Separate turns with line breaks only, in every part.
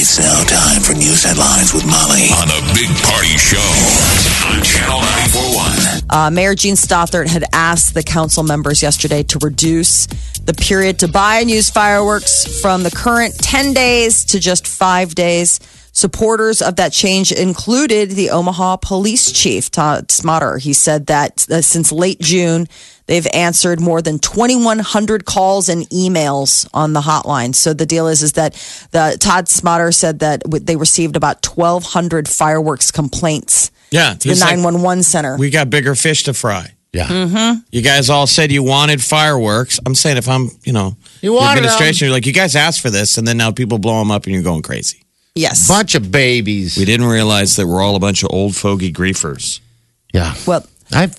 It's now time for news headlines with Molly on a big party show on Channel 941.
Uh, Mayor Gene Stothert had asked the council members yesterday to reduce the period to buy and use fireworks from the current 10 days to just five days. Supporters of that change included the Omaha police chief, Todd Smotter. He said that uh, since late June, they've answered more than 2,100 calls and emails on the hotline. So the deal is, is that the, Todd Smotter said that w- they received about 1,200 fireworks complaints.
Yeah,
to the
he's like-
911 center.
We got bigger fish to fry.
Yeah.
Mm-hmm.
You guys all said you wanted fireworks. I'm saying if I'm, you know,
You
the
wanted 'em.
administration, you're like, you guys asked for this, and then now people blow them up, and you're going crazy.
yes.
Bunch of babies.
We didn't realize that we're all a bunch of old fogey griefers.
yeah.
well,
I've,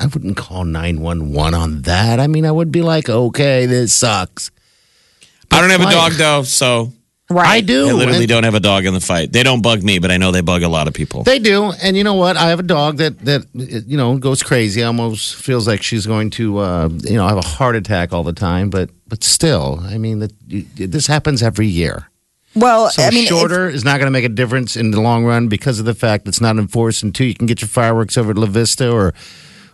I wouldn't call 911 on that. I mean, I would be like, okay, this sucks.
I don't have a
why?
dog though, so
I
right.
do.
I literally
and-
don't have a dog in the fight. They don't bug me, but I know they bug a lot of people.
They do, and you know what? I have a dog that that you know goes crazy. Almost feels like she's going to uh, you know have a heart attack all the time. But but still, I mean that you- this happens every year.
Well,
So
I mean, if-
shorter is not going to make a difference in the long run because of the fact it's not enforced. And two, you can get your fireworks over at La Vista or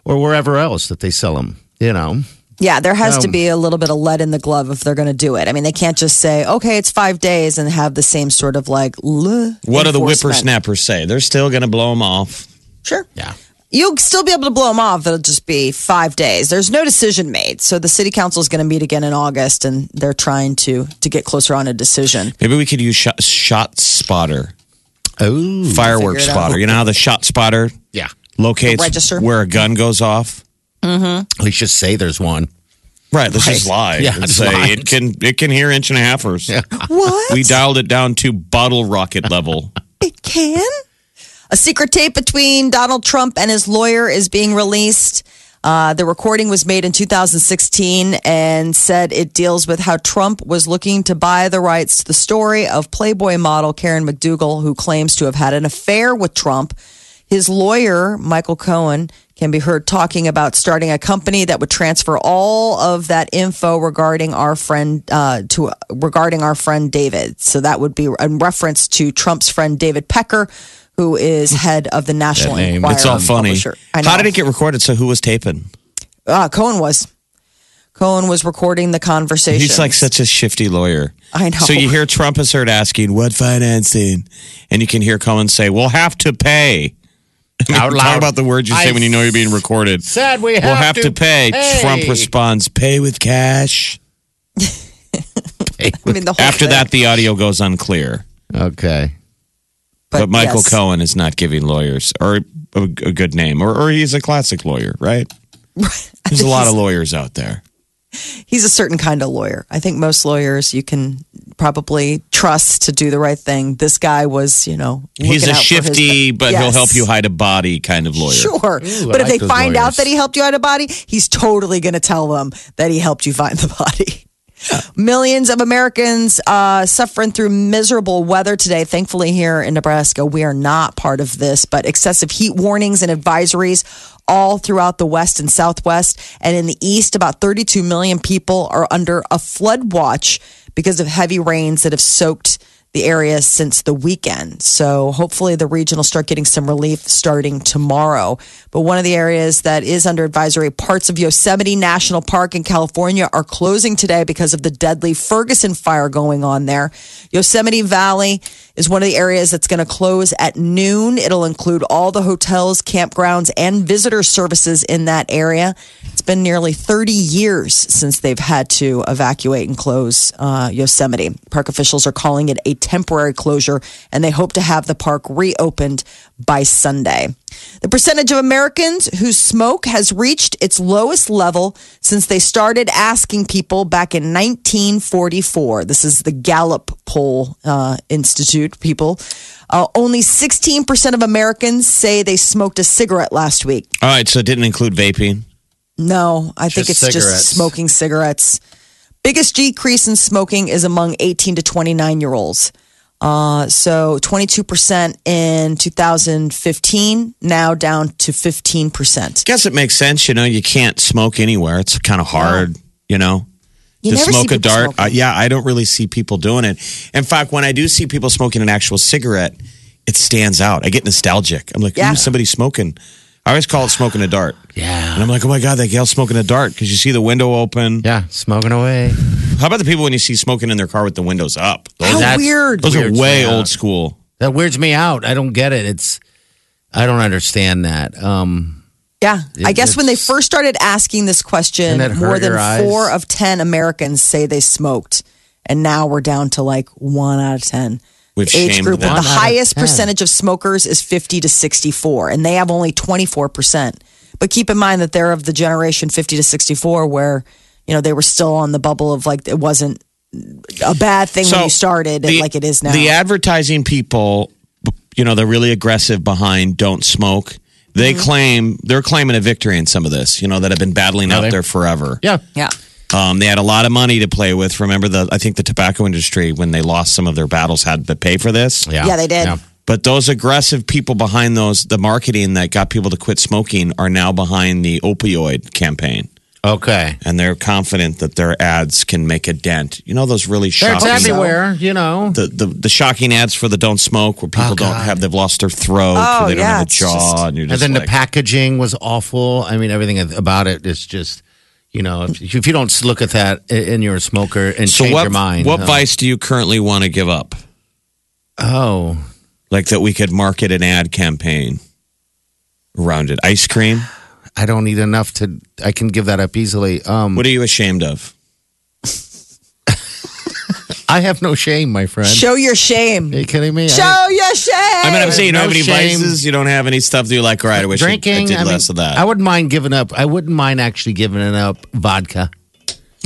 or wherever else that they sell them. You know,
Yeah, there has to
Um,
be a little bit of lead in the glove if they're going to do it. I mean, they can't just say, okay, it's five days and have the same sort of like, what
What do the whippersnappers say? They're still going to blow them off.
Sure.
yeah.
You'll still be able to blow them off. It'll just be five days. There's no decision made. So the city council is going to meet again in August and they're trying to to get closer on a decision.
Maybe we could use shot, shot spotter,
Oh,
firework
figure it out.
spotter. You know how the shot spotter
yeah.
locates
The register?
where a gun goes off.
At least just say there's one.
Right. Let's just lie.
Yeah,
and
just
say
lie.
it can it can hear inch and a halfers.
What?
We dialed it down to bottle rocket level.
It can? A secret tape between Donald Trump and his lawyer is being released. Uh, the recording was made in 2016 and said it deals with how Trump was looking to buy the rights to the story of Playboy model Karen McDougal, who claims to have had an affair with Trump. His lawyer, Michael Cohen, can be heard talking about starting a company that would transfer all of that info regarding our friend uh, to regarding our friend David. So that would be in reference to Trump's friend David Pecker, who is head of the National Enquirer.
It's all
and
funny.
publisher. I know.
How did it get recorded? So who was taping?
Uh, Cohen was. Cohen was recording the conversation.
He's like such a shifty lawyer.
I know.
So you hear Trump is heard asking, "What financing?" And you can hear Cohen say, "We'll have to pay."
Out
Talk
loud.
about the words you say
I
when you know you're being recorded.
Said we have,
we'll have to, pay. Trump
pay.
responds, "Pay with cash."
I mean, the whole
After
thing.
that, the audio goes unclear.
Okay.
But, Michael
yes.
Cohen is not giving lawyers or a, a good name, or, or he's a classic lawyer, right? There's a lot of lawyers out there.
he's a certain kind of lawyer. I think most lawyers you can probably trust to do the right thing. This guy was, you know,
He's
looking
a
out for his
shifty,
be-
but he'll
Yes.
help you hide a body kind of lawyer.
Sure,
Ooh, I
but if
like
they
those
find out
lawyers.
that he helped you out of body, he's totally going to tell them that he helped you find the body. Millions of Americans uh, suffering through miserable weather today. Thankfully, here in Nebraska, we are not part of this, but excessive heat warnings and advisories all throughout the West and Southwest. And in the East, about 32 million people are under a flood watch because of heavy rains that have soaked the area since the weekend. So hopefully the region will start getting some relief starting tomorrow. But one of the areas that is under advisory, parts of Yosemite National Park in California are closing today because of the deadly Ferguson fire going on there. Yosemite Valley is one of the areas that's going to close at noon. It'll include all the hotels, campgrounds, and visitor services in that area. It's been nearly 30 years since they've had to evacuate and close uh, Yosemite. Park officials are calling it a temporary closure, and they hope to have the park reopened by Sunday. The percentage of Americans who smoke has reached its lowest level since they started asking people back in 1944. This is the Gallup Poll uh, Institute people. Uh, only 16% of Americans say they smoked a cigarette last week.
All right, so it didn't include vaping.
No, I think it's
Just cigarettes.
just smoking cigarettes. Biggest decrease in smoking is among 18 to 29 year olds. Uh, so 22% in 2015, now down to 15%.
Guess it makes sense. You know, you can't smoke anywhere. It's kind of hard. You know,
You
to
never see
smoke a
people
dart.
smoking.
Uh, yeah, I don't really see people doing it. In fact, when I do see people smoking an actual cigarette, it stands out. I get nostalgic. I'm like,
Yeah.
ooh, somebody's smoking. I always call it smoking a dart.
Yeah.
And I'm like, oh my God, that gal's smoking a dart because you see the window open.
Yeah, smoking away.
How about the people when you see smoking in their car with the windows up? Those,
How
That's-
weird.
those are
weirds
way
me out.
old school.
That weirds me out. I don't get it. It's I don't understand that. Um,
Yeah. I
It-
guess when they
it's-
first started asking this question,
Doesn't that
more
hurt
than
your eyes?
four of 10 Americans say they smoked. And now we're down to like one out of 10.
We've
Age
shamed
group with
them.
the
One out of
highest
10.
percentage of smokers is 50 to 64, and they have only 24%. But keep in mind that they're of the generation 50 to 64 where, you know, they were still on the bubble of like, it wasn't a bad thing when you started and
the-
like it is now.
The advertising people, you know, they're really aggressive behind don't smoke. They
Mm-hmm.
claim they're claiming a victory in some of this, you know, that have been battling out
they-
there forever.
yeah.
yeah.
Um, they had a lot of money to play with. Remember the I think the tobacco industry when they lost some of their battles had to pay for this.
Yeah.
Yeah, they did.
But those aggressive people behind those the marketing that got people to quit smoking are now behind the opioid campaign.
Okay.
And they're confident that their ads can make a dent. You know those really
They're
shocking
everywhere, you know.
the, the, the shocking ads for the don't smoke where people
Oh,
don't
God.
have they've lost their throat
Oh,
or they
yeah,
don't have a
it's
jaw and you're
And
just
then
like,
the packaging was awful. I mean, everything about it is just, you know, if, if you don't look at that a- and you're a smoker and
so
change
what
your mind.
what
huh?
vice do you currently want to give up
Oh,
like that we could market an ad campaign around it ice cream
I don't eat enough to. I can give that up easily. Um,
what are you ashamed of
I have no shame, my friend.
Show your shame.
Are you kidding me? I-
Show your shame.
I mean I'm saying you don't
Oh, no
have any
shame.
vices you don't have any stuff that you're like all right I wish I- I
drinking.
did
I mean,
less of that
I wouldn't mind giving up. I wouldn't mind actually giving it up vodka.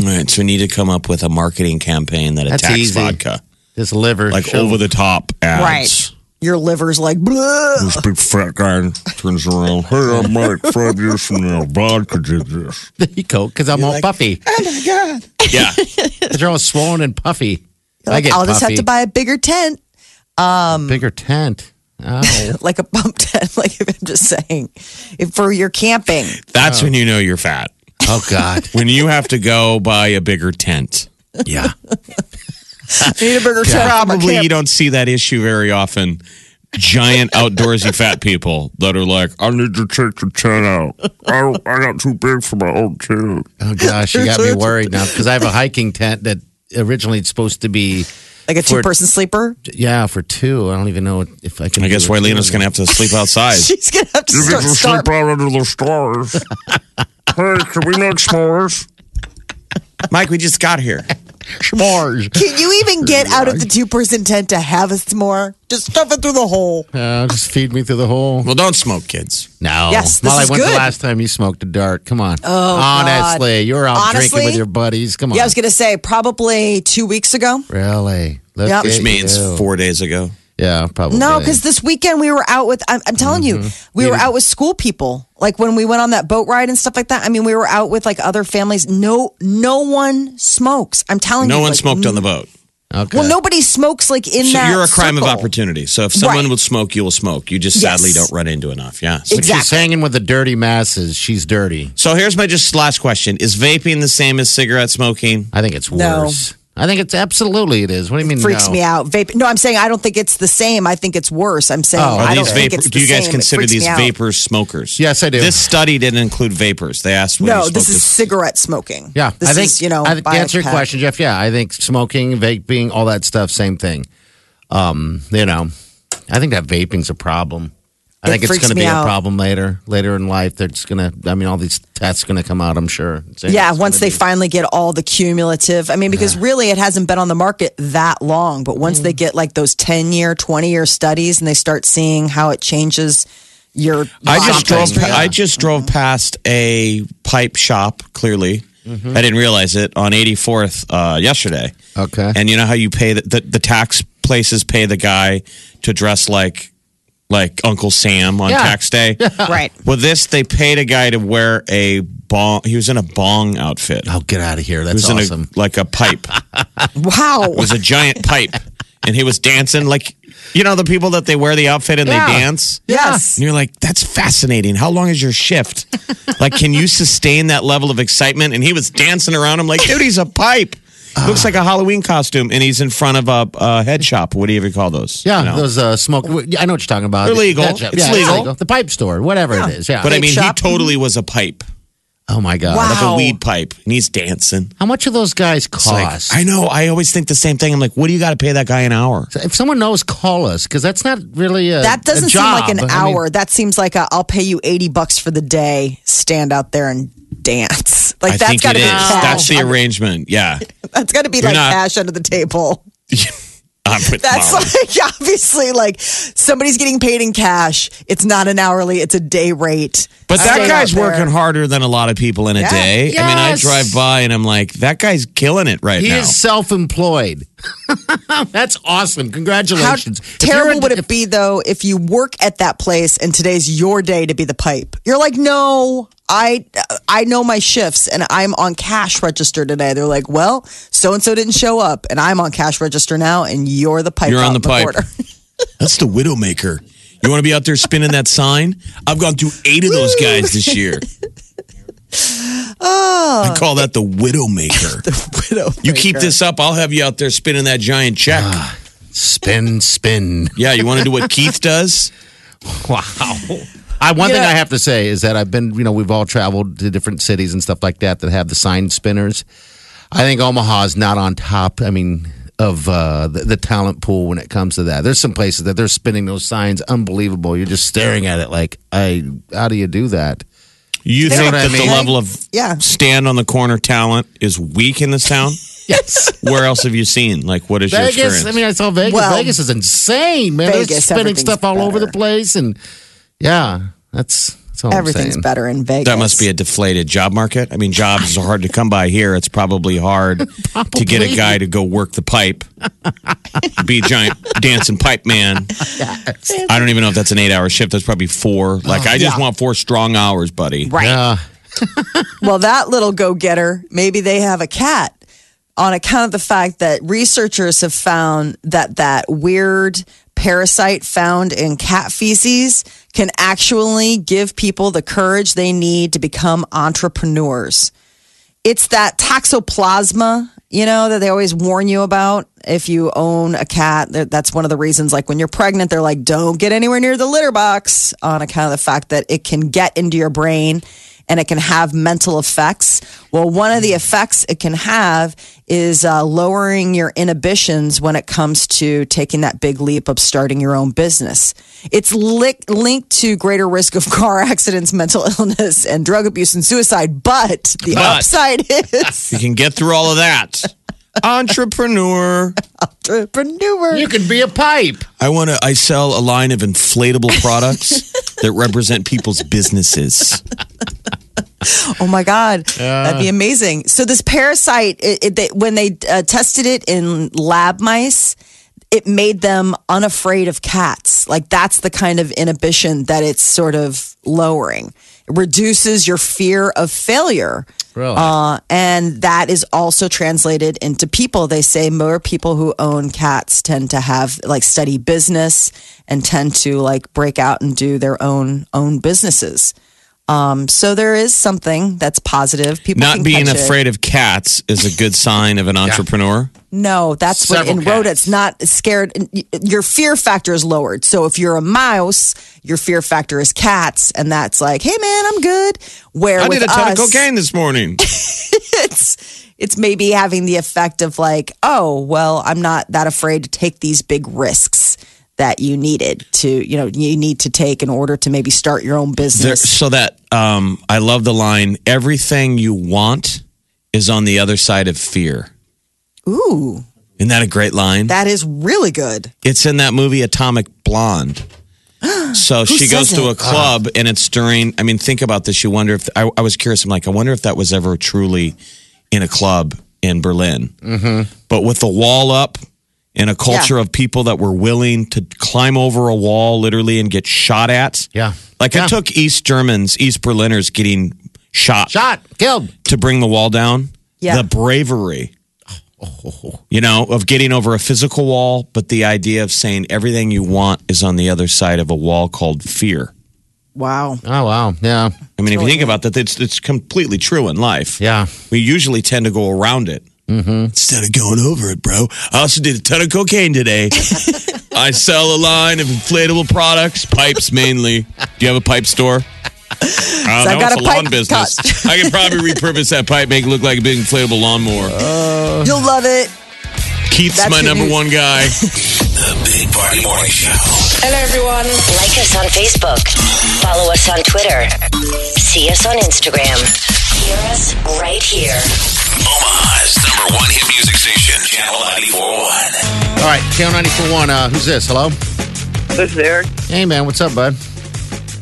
all right so we need to come up with a marketing campaign that
That's
attacks
easy.
vodka
This liver,
like
show-
over the top ads
Right. Your liver's like, "Bleh."
This big fat guy turns around. Hey, I'm Mike. Five years from now, vodka did this.
There you go, because I'm all puffy.
Yeah.
They're all swollen and puffy. I
like,
get
I'll just have
puffy.
to buy a bigger tent,
bigger tent. Oh,
like a bump tent. Like if I'm just saying, if for your camping,
That's when you know you're fat.
oh God.
When you have to go buy a bigger tent.
Yeah.
you need a bigger tent. for my
Probably
camp.
you don't see that issue very often. Giant outdoorsy fat people that are like,
I need to take the tent out. I, I got too big for my own tent.
Oh gosh, you got me worried now because I have a hiking tent that originally it's supposed to be
like a
for-
two-person sleeper.
yeah for two. I don't even know if I can.
I guess
do it.
Wayleen's going to have to sleep outside.
She's gonna have to
You
start,
get to
start
sleep out under the stars. hey, can we make s'mores?
Mike, we just got here.
s'mores.
Can you even get out of the two person tent to have a s'more? Just stuff it through the hole.
Uh, just feed me through the hole.
Well, don't smoke, kids.
No.
Yes, this
Molly,
is
when's
good.
the last time you smoked a dart? Come on. Oh, honestly, you were out
Honestly?
drinking with your buddies. Come on.
Yeah, I was gonna say probably two weeks ago.
really? Look
Yep.
at
Which
Which means
you.
four days ago.
Yeah, probably.
No, because this weekend we were out with. I'm, I'm telling you, we were out with school people. Like when we went on that boat ride and stuff like that. I mean, we were out with like other families. No, no one smokes. I'm telling you,
No one
like,
smoked on the boat.
okay.
Well, nopody smokes like in
So
that.
you're a crime of
circle.
opportunity. So if someone
Right.
would smoke, you will smoke. You just sadly
Yes.
don't run into enough. Yeah.
When she's
Exactly.
hanging with the dirty masses. She's dirty.
So here's my just last question: Is vaping the same as cigarette smoking?
I think it's
No.
worse. I think it's absolutely it is. What do you mean?
Freaks
no?
me out. Vape. No, I'm saying I don't think it's the same. I think it's worse. I'm saying
Oh.
Are
I don't
these
think
vapor,
it's
do
the
you guys
same. It
consider
freaks
these
me out.
vapors smokers?
Yes, I do.
This study didn't include vapors. They asked. whether
No,
you
this
smoked
is
a-
cigarette smoking.
Yeah,
this
I think
is you know.
I, to
by a
answer your
pack.
question, Jeff. Yeah, I think smoking, vaping, all that stuff, same thing. Um, you know, I think that vaping's a problem. I
It
think it's
freaks
going to
me
be
out.
a problem later, later in life. That's going to, I mean, all these tests going to come out. I'm sure. It's-
Yeah,
it's
once
gonna
they finally get all the cumulative. I mean, because really it hasn't been on the market that long, but once they
Mm.
get like those 10 year, 20 year studies and they start seeing how it changes your
I just
body.
drove. I just drove past a pipe shop. Clearly,
Mm-hmm.
I didn't realize it on 84th uh, yesterday.
Okay.
and you know how you pay the, the the tax places pay the guy to dress like like Uncle Sam on
Yeah.
tax day.
Right.
Well, this they paid a guy to wear a bong. He was in a bong outfit.
Oh, get out of here!
He
That's
was in
awesome.
a like a pipe. It
Wow.
was a giant pipe, and he was dancing like you know the people that they wear the outfit and
Yeah.
they dance.
Yes.
And you're like, that's fascinating. How long is your shift? like, can you sustain that level of excitement? And he was dancing around. I'm like, dude, he's a pipe. Looks like a Halloween costume, and he's in front of a, a head shop. What do you ever call those?
yeah,
You know?
those uh, smoke. yeah, I know what you're talking about.
They're legal.
That-
It's legal.
The pipe store, whatever it is. Yeah.
But I mean,
shop.
he totally was a pipe,
oh my god!
Wow.
like a weed pipe, and he's dancing.
How much do those guys
It's like,
cost?
I know. I always think the same thing. I'm like, what do you got to pay that guy an hour?
if someone knows, call us because that's not really a
That doesn't
a
seem like an
job. I mean,
hour. that seems like a, I'll pay you 80 bucks for the day, stand out there and dance. Like
I
that's
think
got
it
to
is.
be cash.
That's the arrangement. Yeah.
that's got to be
You're
like
not-
cash under the table.
I'm with
That's
Molly.
like obviously like somebody's getting paid in cash. It's not an hourly, it's a day rate.
But
Stay
that guy's
out there.
working harder than a lot of people in a
Yeah.
day. I mean, I
Yes.
drive by and I'm like, that guy's killing it right
He
now.
is self-employed. that's awesome.
How
Congratulations. If you're
terrible
a-
would it
if-
be though if you work at that place and today's your day to be the pipe? You're like, no, I I know my shifts and I'm on cash register today. They're like, well, so and so didn't show up and I'm on cash register now and you're the pipe.
You're
out
on
in
the pipe.
corner.
That's the Widowmaker. You want to be out there spinning that sign? I've gone through eight of those guys this year. Oh. I call that the Widowmaker. You keep this up, I'll have you out there spinning that giant check.
Spin, spin.
yeah, you want to do what Keith does?
Wow. I, one thing
Yeah.
I have to say is that I've been, you know, we've all traveled to different cities and stuff like that that have the sign spinners. I think Omaha's not on top. I mean, of uh, the, the talent pool when it comes to that. There's some places that they're spinning those signs, unbelievable. You're just staring at it like, I, how do you do that?
You
know
think
what I
that
mean?
the level of
Yeah.
stand on the corner talent is weak in this town?
Yes.
Where else have you seen? Like, what is your
Vegas.
experience?
I mean, I saw Vegas.
Well,
Vegas is insane, man. They're
Vegas,
spinning
everything's
stuff all over the
better.
place, and yeah, that's that's all I'm
Everything's
saying.
better in Vegas.
That must be a deflated job market. I mean, jobs are hard to come by here. It's probably hard to get a
Probably.
guy to go work the pipe, be a giant dancing pipe man. I don't even know if that's an eight hour shift. That's probably four. Like, I just want four strong hours, buddy.
right.
Yeah.
Well, that little go getter, maybe they have a cat on account of the fact that researchers have found that that weird parasite found in cat feces can actually give people the courage they need to become entrepreneurs. It's that toxoplasma, you know, that they always warn you about. If you own a cat, that- that's one of the reasons. Like when you're pregnant, they're like, don't get anywhere near the litter box on account of the fact that it can get into your brain and it can have mental effects. Well, one of the effects it can have is uh, lowering your inhibitions when it comes to taking that big leap of starting your own business. It's li- linked to greater risk of car accidents, mental illness, and drug abuse and suicide. But the
But-
upside is
You can get through all of that. Entrepreneur.
entrepreneur.
You could be a pipe.
I want to, I sell a line of inflatable products that represent people's businesses.
Oh my God, that'd be amazing. So this parasite, it, it, they, when they uh, tested it in lab mice, it made them unafraid of cats. Like that's the kind of inhibition that it's sort of lowering. It reduces your fear of failure.
Really?
Uh, and that is also translated into people. They say more people who own cats tend to have like study business and tend to like break out and do their own own businesses. Um, so there is something that's positive. People
Not
can
being
catch it.
afraid of cats is a good sign of an entrepreneur.
No, that's what in
Several
rodents.
cats.
Not scared. Your fear factor is lowered. So if you're a mouse, your fear factor is cats, and that's like, hey man, I'm good. Where
I
with
did a ton
us,
of cocaine this morning.
it's it's maybe having the effect of like, oh well, I'm not that afraid to take these big risks. that you needed to, you know, you need to take in order to maybe start your own
There,
business.
so that um, I love the line: "Everything you want is on the other side of fear."
Ooh,
Isn't that a great line?
that is really good.
It's in that movie Atomic Blonde. So she goes
says
to
it?
a club and it's during. I mean, think about this. You wonder if I, I was curious. I'm like, I wonder if that was ever truly in a club in Berlin. Mm-hmm. But with the wall up and a culture of people that were willing to climb over a wall literally and get shot at.
Yeah.
Like
Yeah.
it took East Germans, East Berliners getting shot,
Shot, killed.
to bring the wall down.
Yeah.
The bravery you know, of getting over a physical wall, but the idea of saying everything you want is on the other side of a wall called fear.
Wow.
Oh wow, yeah,
I mean, if you think about that, it's, it's completely true in life.
yeah.
We usually tend to go around it instead of going over it, bro. I also did a ton of cocaine today. I sell a line of inflatable products, pipes mainly. Do you have a pipe store? I
So I've
don't know.
got
it's
a
a lawn
pipe
business.
cut.
I could probably repurpose that pipe, make it look like a big inflatable lawnmower. Oh,
You'll love it.
Keith's
that's
my
your
number
new-
one guy.
The Big Party Morning Show.
Hello, everyone.
Like us on Facebook. Follow us on Twitter. See us on Instagram. Hear us right here.
Omaha's number one hit music station, Channel 941.
All right, channel ninety four one. Uh, who's this? Hello.
This is Eric.
Hey man, what's up, bud?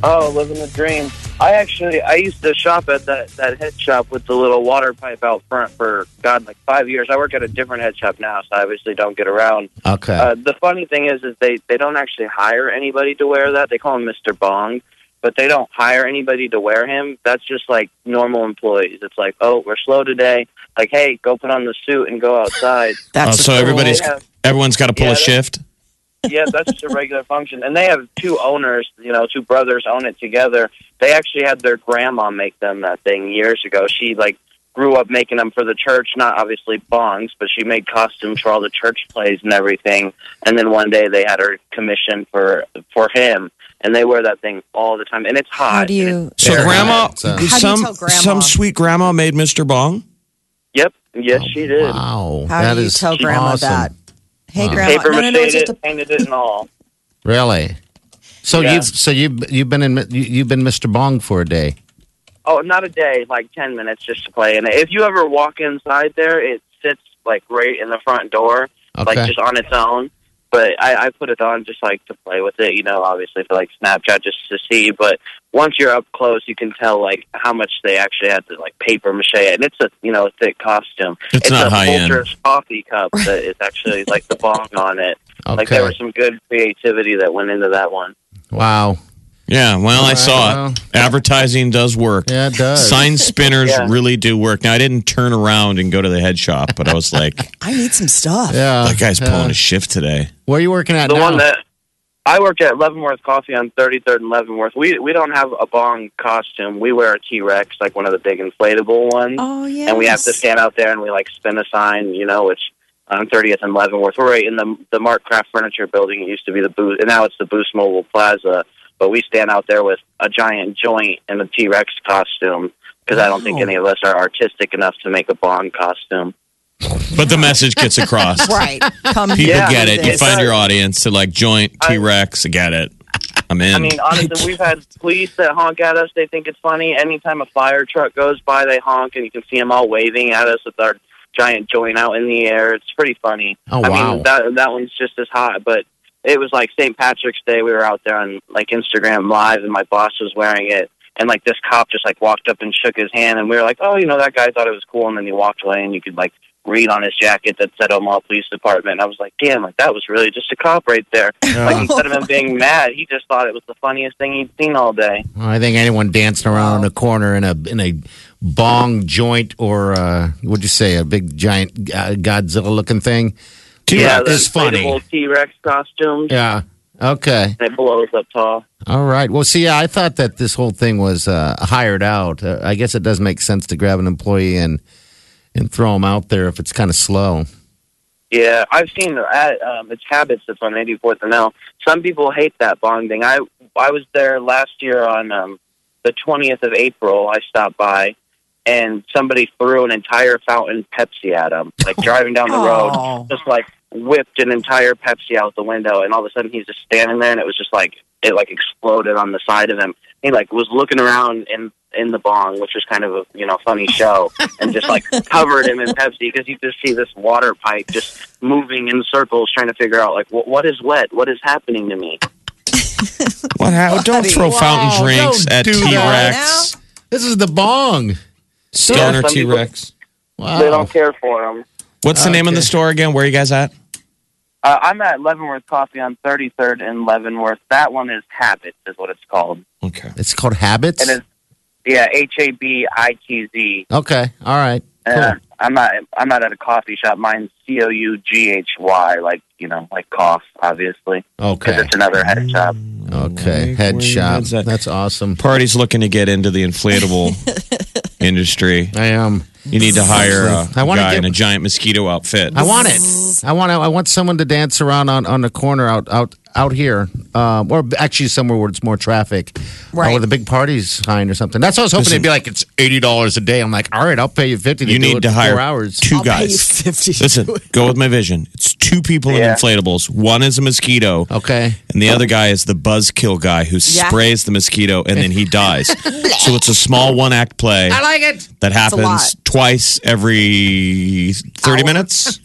Oh, living the dream. I actually I used to shop at that that head shop with the little water pipe out front for God like five years. I work at a different head shop now, so I obviously don't get around.
Okay.
Uh, the funny thing is, is they they don't actually hire anybody to wear that. They call him Mister Bong, but they don't hire anybody to wear him. That's just like normal employees. It's like, oh, we're slow today. Like, hey, go put on the suit and go outside.
Oh,
That's
so
cool.
everybody's
Yeah.
everyone's got to pull
Yeah,
a
that-
shift.
yeah, that's just a regular function. And they have two owners, you know, two brothers own it together. They actually had their grandma make them that thing years ago. She like grew up making them for the church, not obviously bongs, but she made costumes for all the church plays and everything. And then one day they had her commission for for him, and they wear that thing all the time. And it's hot.
How do you?
So
Fair.
grandma,
How do
you
some
tell grandma?
some sweet grandma made Mr. Bong.
Yep. Yes, she did.
Wow.
How
that
do you
is
tell grandma
awesome.
that? Hey, grandma.
Paper
no,
mache
no, no, it's
it,
just a-
painted it, and all.
Really? So
Yeah.
you've so you've you've been in you- you've been Mr. Bong for a day.
Oh, not a day, like 10 minutes just to play. And if you ever walk inside there, it sits like right in the front door,
Okay.
like just on its own. But I, I put it on just like to play with it, you know, obviously for like Snapchat just to see. But once you're up close, you can tell like how much they actually had to like paper mache it. And it's a, you know, thick costume.
It's not
a
high-end.
Folgers coffee cup that is actually like the bong on it. Like
Okay.
there was some good creativity that went into that one.
Wow.
Yeah, well, I
right,
saw
well.
it. Advertising does work.
Yeah, it does.
Sign spinners
Yeah.
really do work. Now I didn't turn around and go to the head shop, but I was like,
I need some stuff.
Yeah.
that guy's
Uh, yeah.
pulling a shift today.
Where are you working at
the
now?
one that I work at Leavenworth Coffee on 33rd and Leavenworth. We we don't have a bong costume. We wear a T Rex, like one of the big inflatable ones,
Oh yeah.
and we have to stand out there and we like spin a sign, you know, which on 30th and Leavenworth. We're right in the the Mark Craft Furniture Building. It used to be the Boost, and now it's the Boost Mobile Plaza. But we stand out there with a giant joint and a T Rex costume because I don't think
Wow.
any of us are artistic enough to make a bong costume.
But the message gets across.
Right. Come
People
Yeah,
get it. You
it
find
does.
your audience to like joint T Rex. Get it. I'm in.
I mean, honestly, we've had police that honk at us. They think it's funny. Anytime a fire truck goes by, they honk, and you can see them all waving at us with our giant joint out in the air. It's pretty funny.
Oh,
I
wow.
mean, that that one's just as hot, but it was like St. Patrick's Day. We were out there on like Instagram Live, and my boss was wearing it. And like this cop just like walked up and shook his hand, and we were like, "Oh, you know that guy thought it was cool," and then he walked away, and you could like read on his jacket that said Omaha Police Department. And I was like, "Damn, like that was really just a cop right there." Like instead of him being mad, he just thought it was the funniest thing he'd seen all day.
Well, I think anyone dancing around in a corner in a in a bong joint or uh, what'd you say a big giant uh, Godzilla looking thing.
yeah,
is funny.
T Rex costumes.
Yeah. Okay.
And it blows up tall.
All right. Well, see, I thought that this whole thing was uh, hired out. Uh, I guess it does make sense to grab an employee and and throw them out there if it's kind of slow.
Yeah, I've seen at um, it's Habits that's on 84th and L. Some people hate that bong thing. I I was there last year on um, the 20th of April. I stopped by, and somebody threw an entire fountain Pepsi at him, like driving down the
Aw.
road, just like whipped an entire Pepsi out the window, and all of a sudden he's just standing there, and it was just like it like exploded on the side of him. He like was looking around in in the bong, which was kind of a you know funny show, and just like covered him in Pepsi because you just see this water pipe just moving in circles, trying to figure out like what what is wet, what is happening to me.
What? How, don't throw fountain drinks
don't
at
do that.
T Rex.
This is the bong.
Yeah,
Stoner
some
T
people-
Rex.
They
Wow.
don't care for him.
What's the name of the
Okay.
store again? Where are you guys at?
Uh, I'm at Leavenworth Coffee on 33rd and Leavenworth. That one is Habit, is what it's called.
Okay.
It's called habits.
And it's yeah, H A B I T Z.
Okay. All right.
Uh, I'm not. I'm not at a coffee shop. Mine's C O U G H Y, like you know, like cough, obviously, because
Okay. Mm.
it's another head shop.
Okay.
Like
Head
where
shop.
is that?
That's awesome.
Party's looking to get into the inflatable industry.
I um, am.
You need to hire a
I wanna
guy
get-
in a giant mosquito outfit.
I want it. I want. I want someone to dance around on, on the corner out out out here, um, or actually somewhere where it's more traffic,
Right.
Or with a big party sign or something. That's what I was hoping it'd be like. It's eighty dollars a day. I'm like, all right, I'll pay you fifty. To
you
do
need
it
to
for
hire
four hours.
two
I'll pay you
guys.
50 to
Listen,
do it.
go with my vision. It's two people
Yeah.
in inflatables. One is a mosquito.
Okay. Oh.
And the other guy is the buzzkill guy who
Yeah.
sprays the mosquito and then he dies. so it's a small one act play
I like it.
that happens
lot.
twice every 30 minutes.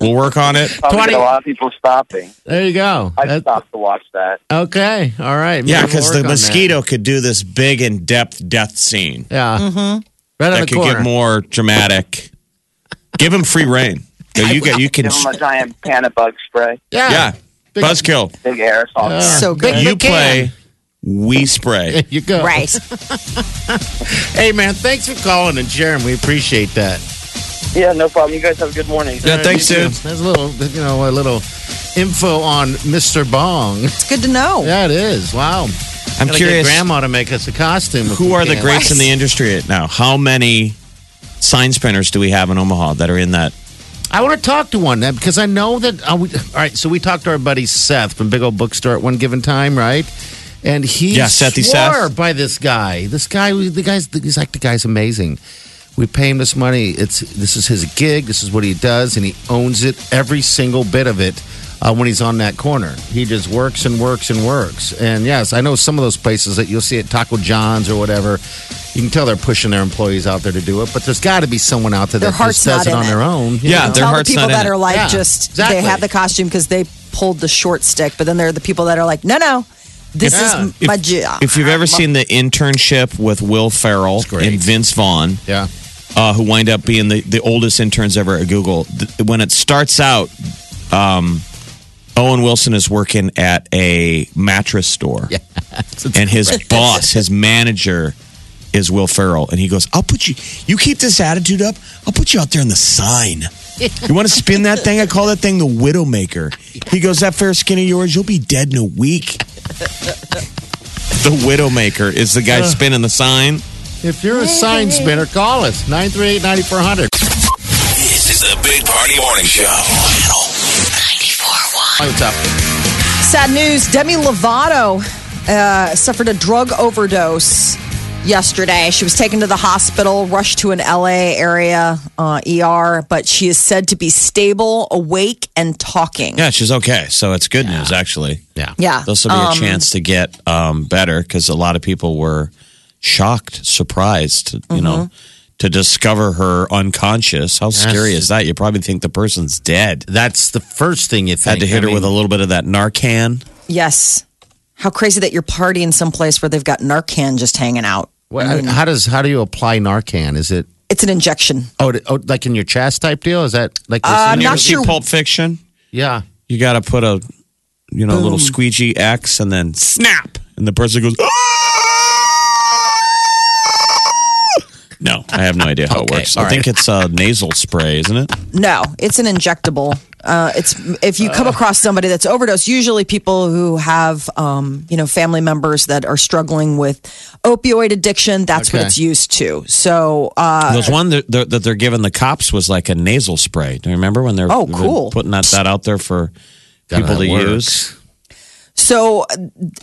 we'll work on it.
Probably get
20.
a lot of people stopping.
There you go.
I
That-
stopped to watch that.
okay. All right. Maybe
Yeah,
we'll
because
work
the
on that.
mosquito could do this big in depth death scene
Yeah. Mm-hmm. Right on
that
the
could
corner.
get more dramatic. Give him free reign. Yeah, you get you can.
Give them a giant pan of bug spray,
yeah.
Yeah, buzzkill.
big aerosol.
So good.
Big
You
McCann.
play, we
There
spray.
you go.
Right.
Hey man, thanks for calling and sharing. We appreciate that.
Yeah, no problem. You guys have a good morning.
Yeah, thanks,
You know,
dude.
That's a little, you know, a little info on Mr. Bong.
It's good to know.
Yeah, it is. Wow.
I'm
Gotta
curious.
Get grandma to make us a costume. if
Who
we
are the
can.
greats in the industry now? How many sign spinners do we have in Omaha that are in that?
I want to talk to one that because I know that. Uh, we, all right, so we talked to our buddy Seth from Big Old Bookstore at one given time, right? And he
Yeah, Sethy
swore
Seth.
by this guy. This guy, the guy's, he's like the guy's amazing. We pay him this money. It's this is his gig. This is what he does, and he owns it every single bit of it. Uh, when he's on that corner, he just works and works and works. And yes, I know some of those places that you'll see at Taco John's or whatever. You can tell they're pushing their employees out there to do it, but there's got to be someone out there
Their
that
heart's not
just does it
in
on
it.
their own. you
Yeah,
tell
their
know?
the
heart's
people
not in
that
it.
are like
Yeah,
just
exactly.
they have the costume because they pulled the short stick, but then there are the people that are like, no, no, this
Yeah.
is my job.
If you've ever seen the internship with Will Ferrell
great.
and Vince Vaughn,
Yeah.
uh, who wind up being the, the oldest interns ever at Google. Th- when it starts out, um, Owen Wilson is working at a mattress store, and his boss, his manager, is Will Ferrell, and he goes, "I'll put you. You keep this attitude up. I'll put you out there on the sign. You want to spin that thing? I call that thing the Widowmaker." He goes, "That fair skin of yours, you'll be dead in a week." The Widowmaker is the guy spinning the sign.
If you're a sign spinner, call us 938 9400.
This is the Big Party Morning Show. Channel 941.
Lights up.
Sad news Demi Lovato uh, suffered a drug overdose yesterday. She was taken to the hospital, rushed to an LA area uh, ER, but she is said to be stable, awake, and talking.
Yeah, she's okay. So it's good news, actually.
Yeah.
Yeah.
This will be a chance to get um, better because a lot of people were shocked, surprised, you know,
Mm-hmm.
to discover her unconscious. How scary is that? You probably think the person's dead.
That's the first thing you
Had
think.
to hit
I
her with a
mean,
little bit of that Narcan.
Yes. How crazy that you're partying someplace where they've got Narcan just hanging out.
what- I mean, how does how do you apply Narcan? Is it
It's an injection.
oh, th- oh like in your chest type deal? Is that like this?
Uh,
in
I'm
there?
not
See
sure.
Pulp Fiction?
Yeah.
You got to put a, you know, a little squeegee X and then snap. And the person goes, "Ah!" No, I have no idea how
Okay,
it works.
all
I think it's a nasal spray, isn't it?
No, it's an injectable. Uh, it's if you come across somebody that's overdosed, usually people who have um, you know family members that are struggling with opioid addiction. That's what
Okay.
it's used to. So uh,
There's one that, that that they're giving the cops was like a nasal spray. Do you remember when they're
Oh,
they're
cool.
putting that, that out there for
Don't know
people
how
to
it works.
use?
So, uh,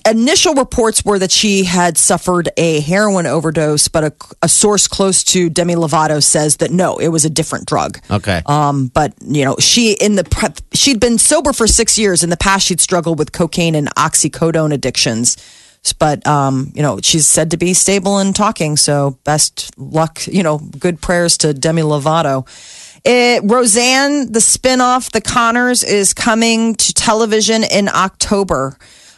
initial reports were that she had suffered a heroin overdose, but a, a source close to Demi Lovato says that no, it was a different drug.
Okay.
Um, but you know, she in the prep, she'd been sober for six years. In the past, she'd struggled with cocaine and oxycodone addictions. But um, you know, she's said to be stable and talking. So best luck. You know, good prayers to Demi Lovato. It, Roseanne, the spinoff, The Connors, is coming to television in October.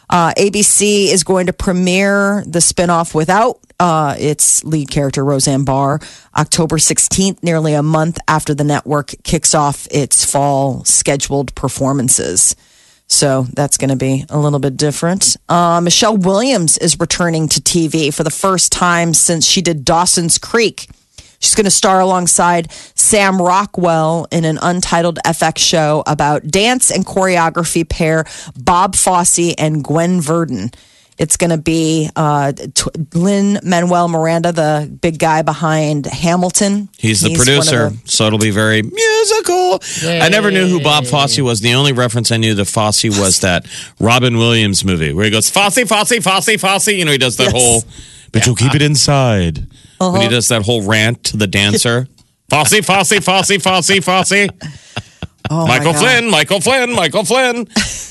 Uh, ABC is going to premiere the spinoff without uh, its lead character, Roseanne Barr, October 16th, nearly a month after the network kicks off its fall scheduled performances. So that's going to be a little bit different. Uh, Michelle Williams is returning to TV for the first time since she did Dawson's Creek. She's going to star alongside Sam Rockwell in an untitled FX show about dance and choreography pair Bob Fosse and Gwen Verdon. It's going to be uh, t- Lynn Manuel Miranda, the big guy behind Hamilton.
He's the
one of
producer,
the-
so it'll be very musical. I never knew who Bob Fosse was. The only reference I knew to Fosse was that Robin Williams movie where he goes Fosse, Fosse, Fosse, Fosse. You know, he does that
Yes. Uh-huh.
whole. But you'll keep it inside when he does that whole rant to the dancer. Fosse, Fosse, Fosse, Fosse, Fosse.
Oh, my
Michael
God.
Flynn, Michael Flynn, Michael Flynn.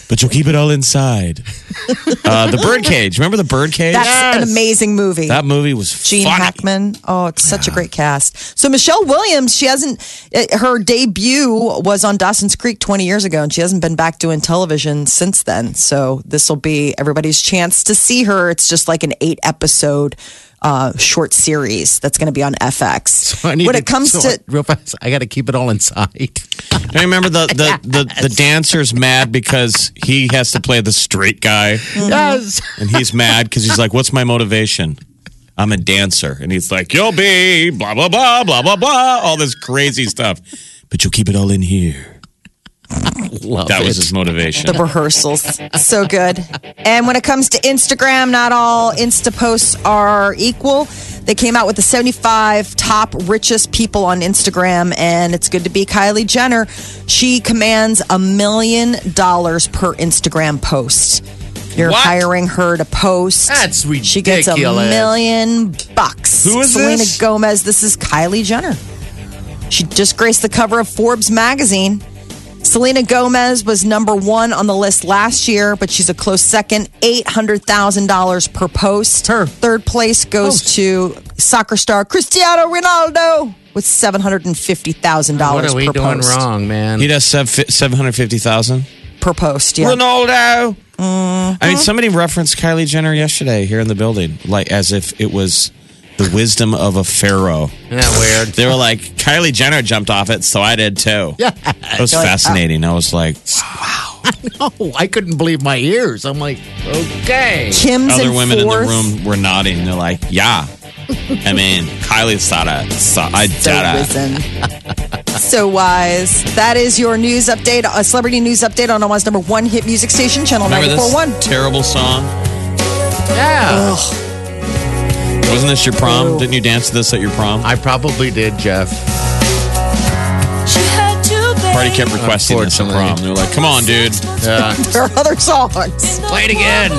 But you'll keep it all inside. uh, the Birdcage. Remember the Birdcage?
That's an amazing movie.
That movie was
Gene
funny.
Hackman. Oh, it's such a great cast. So Michelle Williams, she hasn't eh, her debut was on Dawson's Creek 20 years ago and she hasn't been back doing television since then. So this will be everybody's chance to see her. It's just like an 8 episode uh, short series that's going to be on FX.
I need
when it comes
so
to
I- real fast, I got to keep it all inside.
I remember the the, the the dancer's mad because he has to play the straight guy,
Yes.
and he's mad because he's like, "What's my motivation? I'm a dancer," and he's like, "You'll be blah blah blah blah blah blah," all this crazy stuff, but you'll keep it all in here.
Love
That
it.
was his motivation.
the rehearsals. So good. And when it comes to Instagram, not all Insta posts are equal. They came out with the 75 top richest people on Instagram, and it's good to be Kylie Jenner. She commands a million dollars per Instagram post. You're
What?
hiring her to post.
That's
She gets a
ridiculous.
million bucks.
Who is
Selena
this?
Gomez. This is Kylie Jenner. She just graced the cover of Forbes magazine. Selena Gomez was number one on the list last year, but she's a close second, eight hundred thousand dollars per post. Her third place goes to soccer star Cristiano Ronaldo with seven hundred and fifty thousand
What
dollars
are we
per
doing
post.
wrong, man?
He does seven hundred fifty thousand.
Per post, yeah.
Ronaldo. I mean, somebody referenced Kylie Jenner yesterday here in the building, like as if it was the wisdom of a pharaoh.
Isn't that weird?
They were like, Kylie Jenner jumped off it, so I did too.
Yeah.
It was fascinating. I was like,
No, I couldn't believe my ears. I'm like, okay.
Kim's
other
in
women
fourth.
in the room were nodding. They're like, yeah. I mean, Kylie saw that. Saw, I did
so
that.
risen. so wise. That is your news update, a celebrity news update on Omaha's number one hit music station, Channel
Remember this
941.
terrible song?
Yeah.
Wasn't this your prom?
Ew.
Didn't you dance to this at your prom?
I probably did, Jeff.
Party kept requesting this at
Unfortunately.
prom. They were like, come on, dude.
Yeah.
There are other songs.
play it again.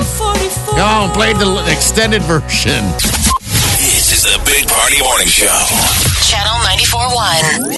No, played the l- extended version.
This is the Big Party Morning Show.
Channel 94.1.